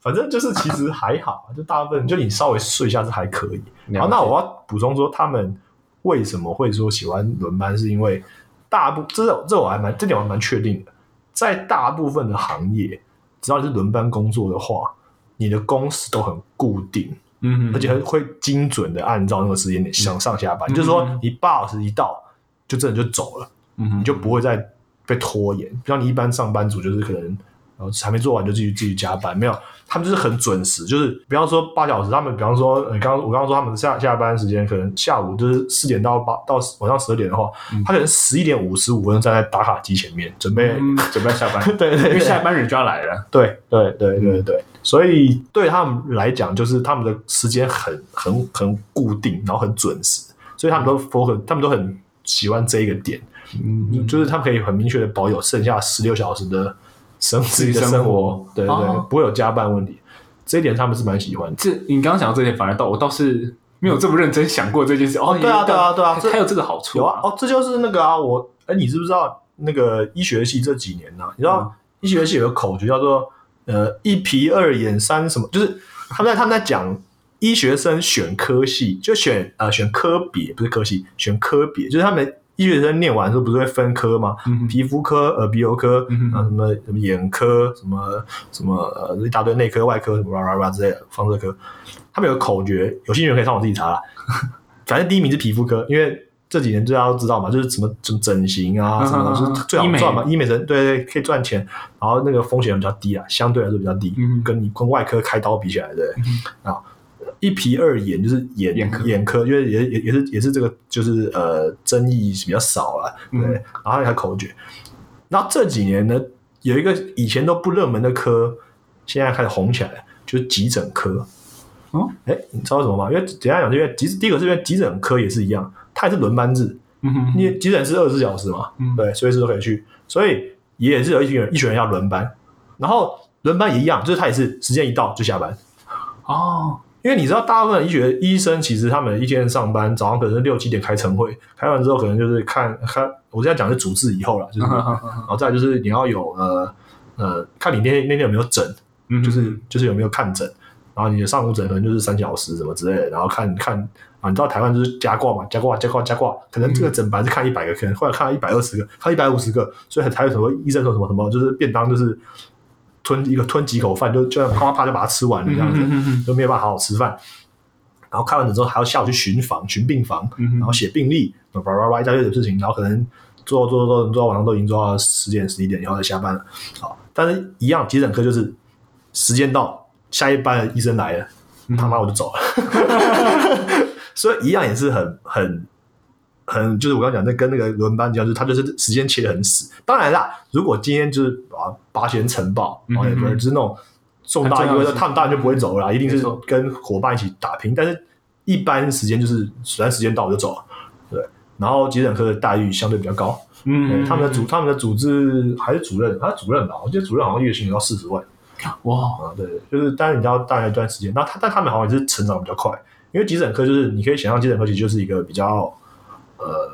A: 反正就是其实还好，啊就大部分就你稍微睡一下是还可以。然后那我要补充说，他们为什么会说喜欢轮班，是因为大部这种这我还蛮这点我还蛮确定的，在大部分的行业，只要你是轮班工作的话，你的工时都很固定。
B: 嗯，
A: 而且会精准的按照那个时间点上上下班，
B: 嗯
A: 就是说你八小时一到，就真的就走了，
B: 你
A: 你就不会再被拖延。不像你一般上班族，就是可能呃还没做完就继续继续加班，没有，他们就是很准时，就是比方说八小时，他们比方说呃刚刚我刚刚说他们下下班时间可能下午就是四点到八到晚上十二点的话，
B: 嗯
A: 他可能十一点五十五分钟站在打卡机前面准备，
B: 嗯准备要下班，
A: 对 对
B: 因为
A: 对。
B: 下班人就要来了。
A: 对对对对对，所以对他们来讲，就是他们的时间很很很固定，然后很准时，所以他们都 focus，他们都很喜欢这一个点，
B: 嗯
A: 就是他们可以很明确的保有剩下十六小时的生自己的
B: 生
A: 生
B: 活
A: 活，对对对，
B: 哦
A: 不会有加班问题，这一点他们是蛮喜欢的。
B: 这你刚刚讲到这点，反而倒我倒是没有这么认真想过这件事。哦，
A: 对啊
B: 也
A: 对啊对啊
B: 它
A: 这
B: 它有这个好处
A: 有啊，。哦，这就是那个啊，我哎，你知不知道那个医学系这几年呢、你知道、
B: 嗯
A: 医学系有个口诀叫做呃一皮二眼三什么，就是他们在他们在讲医学生选科系，就选呃选科别不是科系，选科别，就是他们医学生念完之后不是会分科吗？
B: 嗯
A: 皮肤科、耳鼻喉科，
B: 嗯哼
A: 啊什么什么眼科，什么什么呃一大堆内科、外科什么哇哇哇之类的放 射科，他们有个口诀，有兴趣的可以上网自己查啦。反正第一名是皮肤科，因为这几年大家都知道嘛，就是什么整整形啊，
B: 嗯
A: 什么
B: 嗯嗯
A: 就是最好
B: 医美
A: 赚嘛，医美人对对可以赚钱，然后那个风险比较低啊，相对来说比较低，
B: 嗯
A: 跟你跟外科开刀比起来，对啊，一皮二眼就是眼
B: 眼科
A: 眼科，因为也也也是也是这个就是呃争议比较少了，对，
B: 嗯
A: 然后还有口诀，那这几年呢，有一个以前都不热门的科，现在开始红起来了，就是急诊科。
B: 哦，
A: 哎，你知道为什么吗？因为等一下讲，因为急第一个是因为急诊科也是一样，它也是轮班制，
B: 嗯哼
A: 因为急诊是二十四小时嘛，
B: 嗯
A: 对，随时都可以去，所以也是有一群人一群人要轮班，然后轮班也一样，就是他也是时间一到就下班，
B: 哦，
A: 因为你知道，大部分医学医生其实他们一天上班，早上可能是六七点开晨会，开完之后可能就是看看，我现在讲的是主治以后啦，就是，
B: 嗯
A: 然
B: 哼
A: 后再来就是你要有呃呃，看你那天那天有没有诊，
B: 嗯
A: 就是就是有没有看诊，然后你的上午诊可能就是三小时什么之类的，然后看看啊，你知道台湾就是加挂嘛，加挂加挂加挂，可能这个诊盘是看一百个，可能后来看到一百二十个，看一百五十个，所以才有什么医生说什么什么，就是便当就是吞一个吞几口饭，就就像啪啪啪就把它吃完了
B: 嗯
A: 这样子，
B: 嗯嗯
A: 就没有办法好好吃饭。然后看完诊之后，还要下午去巡房、巡病房，
B: 嗯哼
A: 然后写病历，叭叭叭叭一大堆的事情，然后可能做做做做做到晚上都已经做到十点十一点，然后才下班了。好，但是一样急诊科就是时间到，下一班的医生来了，
B: 嗯
A: 他妈我就走了。 所以一样也是很很很，就是我刚刚讲那跟那个轮班一样，就是他就是时间切的很死。当然啦，如果今天就是啊八仙城堡，然后也不
B: 嗯
A: 是
B: 嗯嗯
A: 就是那种重大意
B: 很
A: 外
B: 重要的
A: 的，
B: 事
A: 他们当然就不会走了啦，一定
B: 没
A: 是
B: 错
A: 跟伙伴一起打拼。但是一般时间就是，反正时间到我就走了，对。然后急诊科的待遇相对比较高，
B: 嗯
A: 对他们的主他们的主治还是主任，他是主任吧，我记得主任好像月薪有到四十万
B: 哇，
A: 啊，对，就是但是你要待一段时间，那他但他们好像也是成长比较快，因为急诊科就是你可以想象急诊科其实就是一个比较呃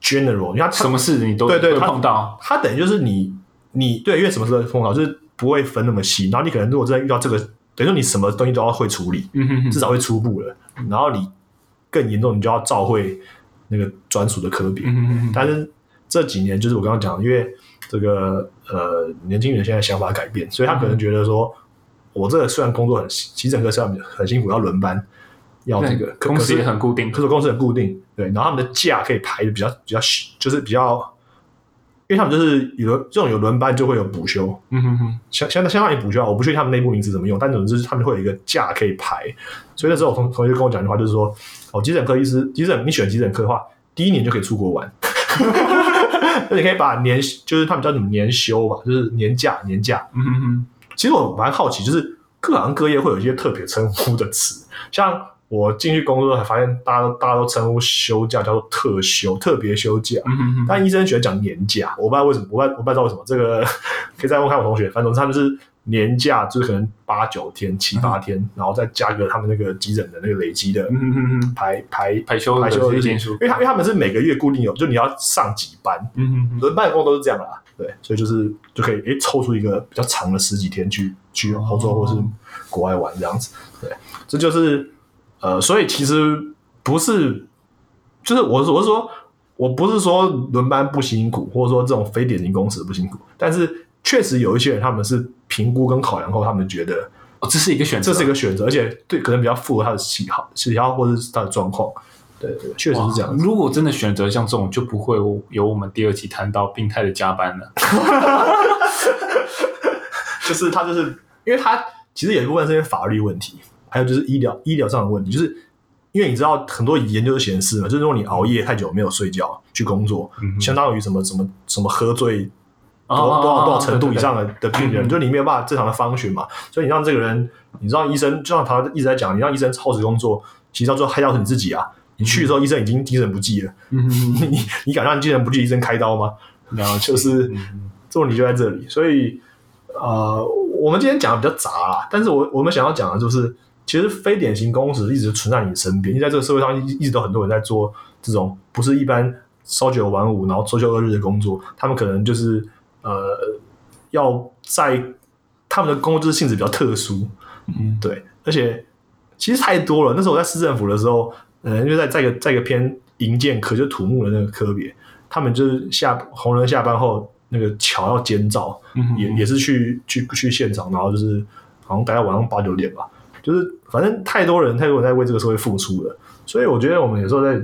A: general，因为他
B: 什么事你都
A: 对对
B: 会
A: 他
B: 碰到，
A: 它等于就是你你对，因为什么事都碰到，就是不会分那么细。然后你可能如果真的遇到这个，等于说你什么东西都要会处理，
B: 嗯哼哼
A: 至少会初步了。然后你更严重，你就要照会那个专属的科别。
B: 嗯哼哼
A: 但是这几年就是我刚刚讲的，因为这个呃年轻人现在想法改变，所以他可能
B: 嗯
A: 觉得说，我这个虽然工作很辛急诊科虽然很辛苦，要轮班，要这个
B: 对公司也。
A: 可可是
B: 很固定
A: 可，是公司很固定，对，然后他们的假可以排的比较比较，就是比较，因为他们就是有轮这种有轮班就会有补休，
B: 嗯哼哼，
A: 相相相当于补休啊，我不确定他们内部名词怎么用，但总之就是他们会有一个假可以排。所以那时候我同同学跟我讲一句话，就是说，哦，急诊科医师，急诊你选急诊科的话，第一年就可以出国玩， 而且可以把年就是他们叫什么年休吧，就是年假年假。
B: 嗯哼哼，
A: 其实我蛮好奇，就是各行各业会有一些特别称呼的词，像我进去工作还发现大家都大家都称呼休假叫做特休、特别休假。
B: 嗯哼哼，
A: 但医生喜欢讲年假，我不知道为什么，我不知道我不知道为什么，这个 可以再问看我同学，反正他们是年假，就是可能八九天、七八天，然后再加个他们那个急诊的那个累积的
B: 嗯哼哼哼，
A: 排排
B: 排休的
A: 排休日
B: 这
A: 数，
B: 些
A: 因
B: 数
A: 为他因为他们是每个月固定有，就你要上几班，
B: 嗯哼哼，
A: 轮班的工作都是这样啦，对，所以就是就可以诶抽出一个比较长的十几天去去
B: 哦
A: 欧洲或是国外玩这样子，对，这就是呃，所以其实不是，就是我是我是说，我不是说轮班不辛苦，或者说这种非典型工时不辛苦，但是确实有一些人他们是评估跟考量后，他们觉得
B: 哦，这是一个选择，
A: 这是一个选择，而且对可能比较符合他的喜好、喜好或者是他的状况，对对，对确实是这样
B: 哇。如果真的选择像这种，就不会有我们第二期谈到病态的加班了。
A: 就是他就是因为他其实有一部分是因为法律问题，还有就是医疗医疗上的问题，就是因为你知道很多研究显示嘛，就是如果你熬夜太久没有睡觉去工作，
B: 嗯哼
A: 相当于什么什么什么喝醉
B: 哦
A: 多少
B: 哦
A: 多少多
B: 哦
A: 少程度以上的的病
B: 嗯
A: 人，就你没有办法正常的方寻嘛，所以你让这个人，你让医生，就像他一直在讲，你让医生耗时工作，其实到最后害到是你自己啊。你去的时候，医生已经精神不济了，
B: 嗯哼哼，
A: 你你你敢让精神不济医生开刀吗？
B: 然后
A: 就是这问题就在这里。所以，呃，我们今天讲的比较杂啦，但是我我们想要讲的就是，其实非典型工时一直存在你身边，因为在这个社会上一一直都很多人在做这种不是一般朝九晚五，然后周休二日的工作，他们可能就是呃要在他们的工作性质比较特殊，
B: 嗯
A: 对，而且其实太多了。那时候我在市政府的时候，呃，因为在在一个在一个偏营建科，就是土木的那个科别，他们就是下红人下班后，那个桥要监造，
B: 嗯哼
A: 也也是去去去现场，然后就是好像待到晚上八九点吧，就是反正太多人太多人在为这个社会付出了，所以我觉得我们有时候在。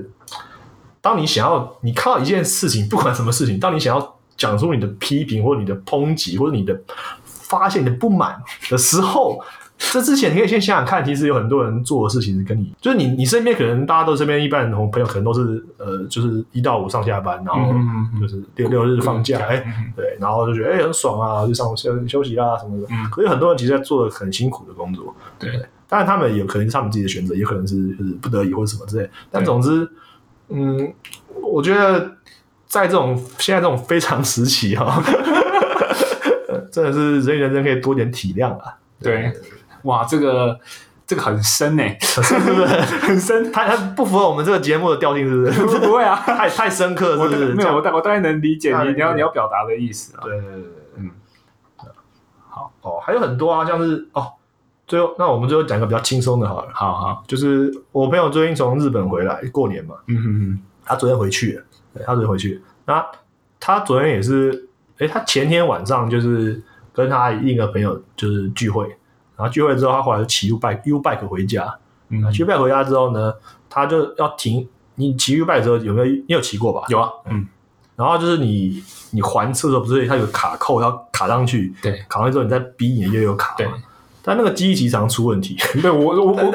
A: 当你想要你看到一件事情，不管什么事情，当你想要讲出你的批评或者你的抨击或者你的发现你的不满的时候，这之前你可以先想想看，其实有很多人做的事情是跟你，就是你你身边可能大家都身边一般同朋友可能都是呃，就是一到五上下班，然后
B: 嗯嗯
A: 就是六六日放假，哎、
B: 嗯
A: 对，然后就觉得哎、很爽啊，就上午休休息啊什么的。
B: 嗯
A: 可是很多人其实在做的很辛苦的工作，
B: 对，
A: 当然他们也可能是他们自己的选择，也可能是就是不得已或者什么之类。但总之，嗯，我觉得在这种现在这种非常时期哈、呃 真的是人与人之间可以多点体谅啊。
B: 对，哇，这个这个很深呢、
A: 是不是 很深？他他不符合我们这个节目的调性，是不是？
B: 不会啊，
A: 太太深刻了，
B: 我
A: 是不是？这
B: 没有，
A: 样
B: 我大我大概能理解
A: 大概
B: 你
A: 理解
B: 你要你要表达的意思啊。
A: 对对对对，
B: 嗯
A: 嗯，好哦，还有很多啊，像是哦，最后那我们最后讲一个比较轻松的好了，
B: 好好，
A: 就是我朋友最近从日本回来过年嘛，
B: 嗯哼哼，
A: 他昨天回去了，对他昨天回去了，那他昨天也是，诶，他前天晚上就是跟他另一个朋友就是聚会，然后聚会之后他后来就骑 U bike U bike 回家，
B: 嗯
A: 那骑 U bike 回家之后呢，他就要停，你骑 U bike 之后有没有你有骑过吧？
B: 有啊，嗯，
A: 然后就是你你还车的时候，不是它有卡扣要卡上去，
B: 对，
A: 卡上去之后你再逼你的悠悠卡嘛，
B: 对
A: 但那个机器常出问 题，
B: 对我我我我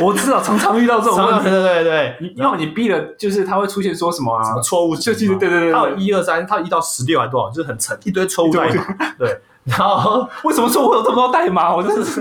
B: 我至少常常遇到这种问题。
A: 哦对对 对
B: 你要么你逼了，就是它会出现说什么
A: 什
B: 啊
A: 么？错误
B: 就
A: 集
B: 记
A: 嘛
B: 得对对对对
A: 它有一二三，它有一到十六还多少，就是很成一堆错误
B: 一堆
A: 代码， 对，然后
B: 为什么说我有这么多代码？我真的是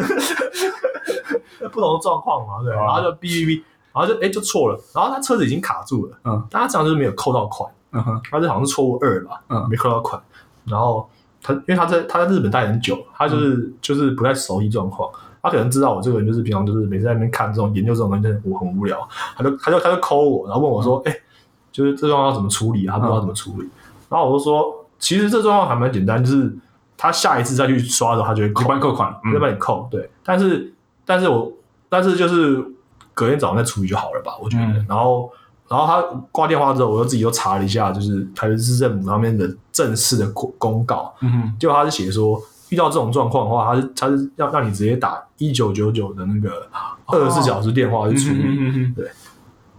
A: 不同的状况嘛，对，
B: 啊
A: 然后就逼逼逼，然后就哎就错了，然后他车子已经卡住了，
B: 嗯，
A: 但他这样就是没有扣到款，
B: 嗯哼
A: 他这好像是错误二吧，
B: 嗯
A: 没扣到款。然后他，因为他在他在日本待很久，他就是、就是不太熟悉状况，他可能知道我这个人就是平常就是每次在那边看这种研究这种东西，就是我很无聊，他就他就他就 call 我，然后问我说，哎、就是这状况要怎么处理啊？他不知道怎么处理。然后我就说，其实这状况还蛮简单，就是他下一次再去刷的时候，他就会
B: 就
A: 扣
B: 帮你扣款，嗯
A: 就帮你扣，对。但是，但是我，但是就是隔天早上再处理就好了吧，我觉得。
B: 嗯
A: 然后，然后他挂电话之后，我又自己又查了一下，就是台北市政府上面的正式的公公告，
B: 嗯哼，
A: 结果他是写说，遇到这种状况的话，他是他是要让你直接打一九九九的那个二十四小时电话去处理。
B: 哦嗯哼嗯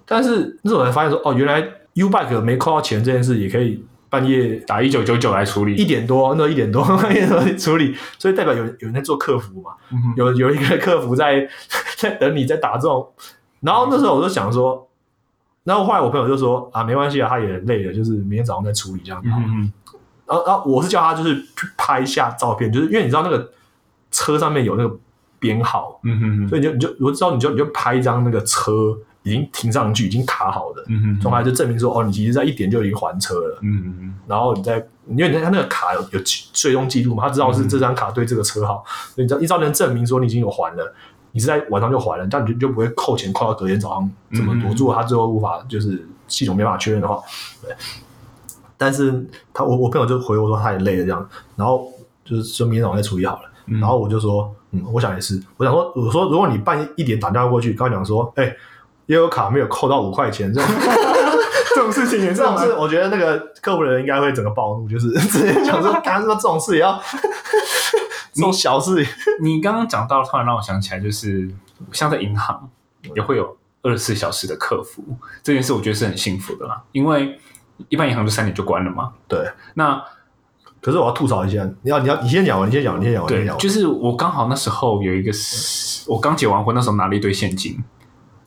A: 但是那时候我才发现说，哦，原来 U Bike 没扣到钱这件事也可以半夜
B: 打一九九九来处
A: 一
B: 理，
A: 点多，那一点多 半夜多处理，所以代表有人有人在做客服嘛。
B: 嗯哼
A: 有有一个 客服在在等你在打这种，然后那时候我就想说，然后后来我朋友就说啊，没关系啊，他也累了，就是明天早上再处理这样子。
B: 嗯哼嗯
A: 然后然后我是叫他就是去拍一下照片，就是因为你知道那个车上面有那个编号，
B: 嗯哼
A: 所以你就你就我知道你就你就拍一张那个车已经停上去已经卡好的
B: 嗯哼，
A: 状态，就证明说哦，你其实在一点就已经还车了。
B: 嗯哼嗯
A: 然后你再，因为他那个卡有有记追踪记录嘛，他知道是这张卡对这个车好，所以你知道一照能证明说你已经有还了，你是在晚上就还了，这样你就就不会扣钱扣到隔天早上这么多。
B: 嗯
A: 如果他最后无法就是系统没办法确认的话，对。但是他我我朋友就回我说他也累了这样，然后就是说明天早上再处理好了。
B: 嗯
A: 然后我就说，嗯，我想也是，我想说，我说如果你半夜一点打电话过去，跟他讲说，哎、也有卡没有扣到五块钱这种。
B: 这种事情也
A: 欸这种事，我觉得那个客服人应该会整个暴怒，就是直接讲说，干什么这种事也 要，这种小事也，
B: 你刚刚讲到，突然让我想起来，就是像在银行也会有二十四小时的客服这件事，我觉得是很幸福的啦，因为一般银行就三点就关了嘛。
A: 对。
B: 那
A: 可是我要吐槽一下，你要你要你先讲完，你先讲完，你先讲完，你
B: 对
A: 先讲，完。
B: 就是我刚好那时候有一个是，我刚结完婚那时候拿了一堆现金，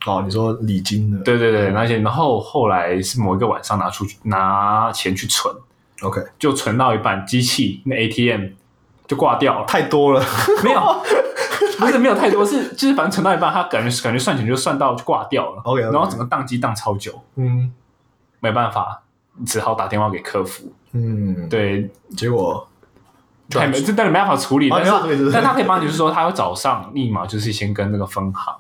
A: 哦，你说礼金的，
B: 对对对，那些然后后来是某一个晚上拿出去拿钱去存，
A: ，OK，
B: 就存到一半，机器那 ATM 就挂掉了，
A: 太多了，
B: 没有，不是没有太多，是就是反正存到一半，他感觉感觉算钱就算到就挂掉了
A: OK，OK
B: 然后整个宕机宕超久，
A: 嗯
B: 没办法，只好打电话给客服，
A: 嗯，，
B: 对，
A: 结果
B: 太没这当然没办法处理，
A: 啊
B: 但
A: 没
B: 是、
A: 办法处理是不是
B: 但他可以帮你，就是说他会找上立马就是先跟那个分行。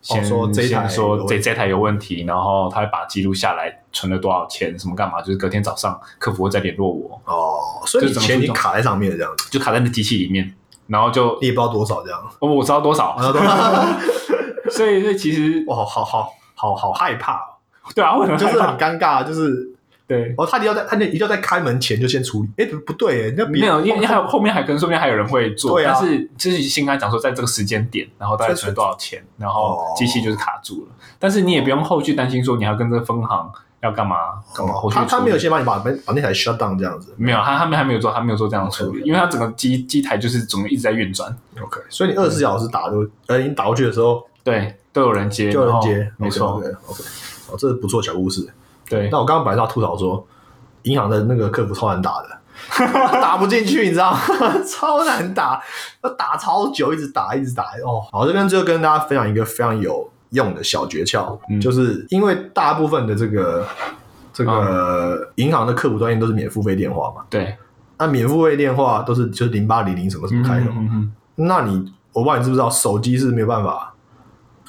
B: 先
A: 哦说这一台
B: 先
A: 有
B: 说这
A: 问题
B: 这台有问题，然后他会把记录下来，存了多少钱，什么干嘛，就是隔天早上客服会再联络我，
A: 哦，所以
B: 就
A: 你
B: 怎么
A: 钱已经
B: 注重
A: 卡在上面了这样子，
B: 就卡在那机器里面，然后就
A: 你也不知道多少这样，
B: 哦我知道多少
A: 我，要多少，
B: 所以所以其实
A: 我好好好好好害怕哦，
B: 对啊，我很
A: 就
B: 害
A: 是很
B: 怕，
A: 尴尬，就是
B: 对，
A: 哦，他一定要在他一定要在开门前就先处理，哎，不不对，那哦比
B: 没有，因为还有后面还可能，说不定还有人会做，
A: 对啊
B: 但是就是先跟他讲说，在这个时间点，然后大概存多少钱，然后机器就是卡住了。但是你也不用后续担心说你还要跟这个分行要干嘛干嘛后续
A: 哦他他
B: 处
A: 没有
B: 理
A: 先把你把把那台 shut down 这样子
B: 没有他他们还没有做，他没有做这样的
A: 哦
B: 处理，因为他整个机机台就是怎么一直在运转，
A: ，OK，所以你二十四小时打都，呃，你打过去的时候
B: 对，都有人接，
A: 就有
B: 然
A: 人
B: 后
A: 接，
B: 没错，
A: ，OK，哦，这是不错的小故事。
B: 对，
A: 那我刚刚本来是要吐槽说，银行的那个客服超难打 的，打不进去，你知道吗？ 超难打，要打超久，一直打，一直打。哦，好，这边就跟大家分享一个非常有用的小诀窍，
B: 嗯
A: 就是因为大部分的这个这
B: 嗯
A: 个银行的客服专线都是免付费电话嘛，
B: 对，
A: 那免付费电话都是就是零八零零什么什么开头，
B: 嗯嗯
A: 那你我不知道你知不知道，手机是没有办法。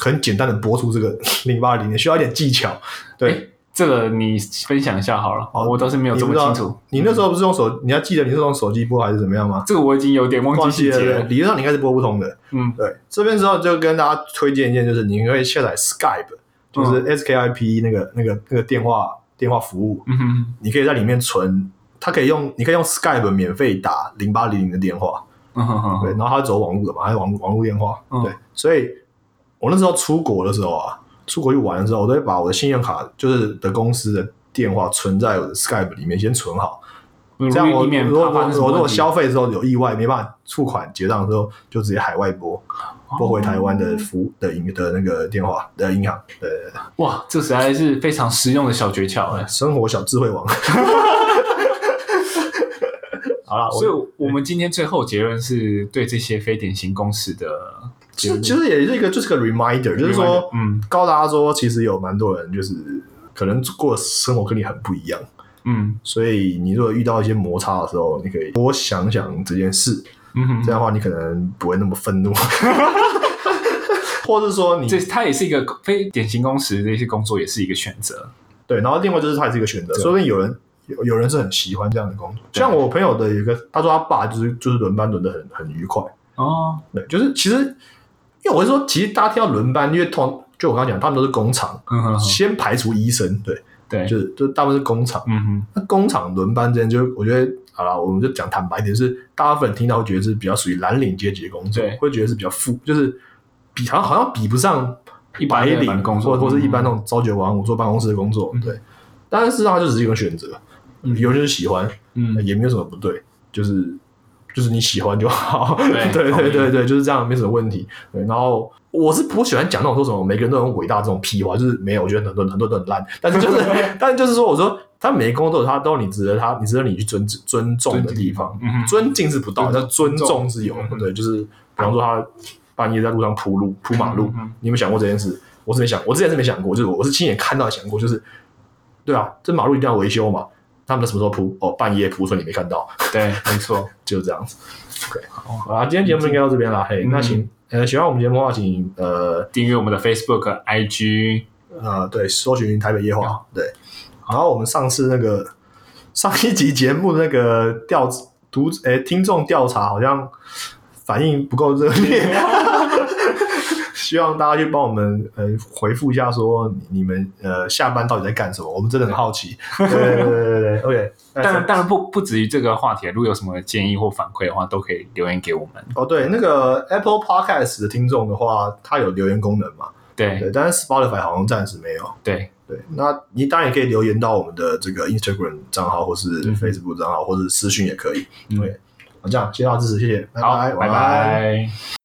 A: 很简单的拨出这个 零八零，需要一点技巧。对，
B: 诶这个你分享一下好了，
A: 哦
B: 我倒是没有
A: 你
B: 这
A: 不知
B: 么
A: 道
B: 清楚，
A: 你那时候不是用手，你还记得你是用手机拨还是怎么样吗？
B: 这个我已经有点嗯忘
A: 忘记
B: 记细
A: 了，
B: 节
A: 对
B: 了，
A: 理论上你应该是拨不通的。
B: 嗯
A: 对，这边之后就跟大家推荐一件，就是你可以下载 Skype，就是
B: 嗯
A: SKIP 那个那个那个电话电话服务，
B: 嗯哼
A: 你可以在里面存，它可以用，你可以用 Skype 免费打零八零零的电话，
B: 嗯哼哼
A: 对，
B: 哼，
A: 然后它走网络的嘛，它是网网络电话，
B: 嗯
A: 对，所以我那时候出国的时候啊，出国去玩的时候，我都会把我的信用卡就是的公司的电话存在我的 Skype 里面先存好。
B: 对
A: 这样我
B: 以嗯免
A: 如果
B: 怕
A: 我
B: 发生什么
A: 我如
B: 问
A: 果
B: 题
A: 消费之后有意外没办法付款结账之后，就直接海外拨
B: 哦
A: 拨回台湾的服务的银的那个电话的银行，对对对
B: 哇，这实在是非常实用的小诀窍哎。
A: 生活小智慧 网。好了，
B: 所以，我们今天最后结论是对这些非典型公式的结
A: 其
B: 论，
A: 其实也是一个就是个 reminder，就是说，
B: 嗯
A: 高达说其实有蛮多人就是可能过的生活跟你很不一样，
B: 嗯
A: 所以你如果遇到一些摩擦的时候，你可以多想想这件事，
B: 嗯哼，
A: 这样的话你可能不会那么愤怒， 或者说你
B: 这它也是一个非典型工时的一些工作，也是一个选择。
A: 对，然后另外就是它也是一个选择，
B: 对啊
A: 说不定有人有有人是很喜欢这样的工作，
B: 对
A: 像我朋友的有一个，他说他爸就是就是轮班轮的很很愉快，
B: 哦，
A: 对，就是其实因为我是说，其实大家听到轮班，因为通就我刚刚讲，他们都是工厂，
B: 嗯哼哼，
A: 先排除医生，对，
B: 对，
A: 就是就大部分是工厂，
B: 嗯哼，
A: 那工厂轮班之间，就我觉得好了，我们就讲坦白一点，是大部分人听到会觉得是比较属于蓝领阶级的工作
B: 对，
A: 会觉得是比较富，就是比好像好像比不上
B: 一
A: 白
B: 般的
A: 领
B: 工作
A: 或或是一般
B: 嗯
A: 那种朝九晚五坐办公室的工作，对。但是事实上，它就只是一个选择，
B: 嗯
A: 有就是喜欢，
B: 嗯，
A: 也没有什么不对，就是就是你喜欢就好。
B: 对
A: 对
B: 同
A: 对
B: 意
A: 对对，就是这样，没什么问题。对，然后我是不喜欢讲那种说什么每个人都很伟大这种屁话，就是没有，我觉得很多很多都很烂。但是就是，但就是说，我说他每个工作都有他都有你值得他，你值得你去尊尊重的地方。
B: 嗯哼
A: 尊敬是不到，但尊重是有
B: 嗯。哼
A: 对，就是比方说他半夜在路上铺路铺马路
B: 嗯哼，
A: 你有没有想过这件事？我是没想，我之前是没想过，就是我我是亲眼看到想过，就是对啊，这马路一定要维修嘛。他们什么时候铺？哦，半夜铺，所以你没看到，
B: 对，没错，
A: 就是这样子。OK，好啦，今天节目应该到这边啦。嘿，
B: 嗯
A: 那请呃喜欢我们节目的话，请呃
B: 订阅我们的 Facebook、IG，
A: 呃对，搜寻台北夜话。对，然后我们上次那个上一集节目的那个调读诶听众调查好像反应不够热 烈，希望大家去帮我们呃回复一下说，你你们呃下班到底在干什么？我们真的很好奇。对对对对对，OK，那
B: 当然，当然不不止于这个话题，啊如果有什么建议或反馈的话，都可以留言给我们。
A: 哦，对，那个 Apple Podcast 的听众的话，它有留言功能嘛？对，
B: 对
A: 但是 Spotify 好像暂时没有。
B: 对，
A: 对，那你当然也可以留言到我们的这个 Instagram 账号，或是
B: 嗯
A: Facebook 账号，或是私讯也可以。
B: 嗯
A: 对，好，这样，谢谢大家支持，谢谢，拜
B: 好，
A: 拜，
B: 拜
A: 晚安。
B: 拜。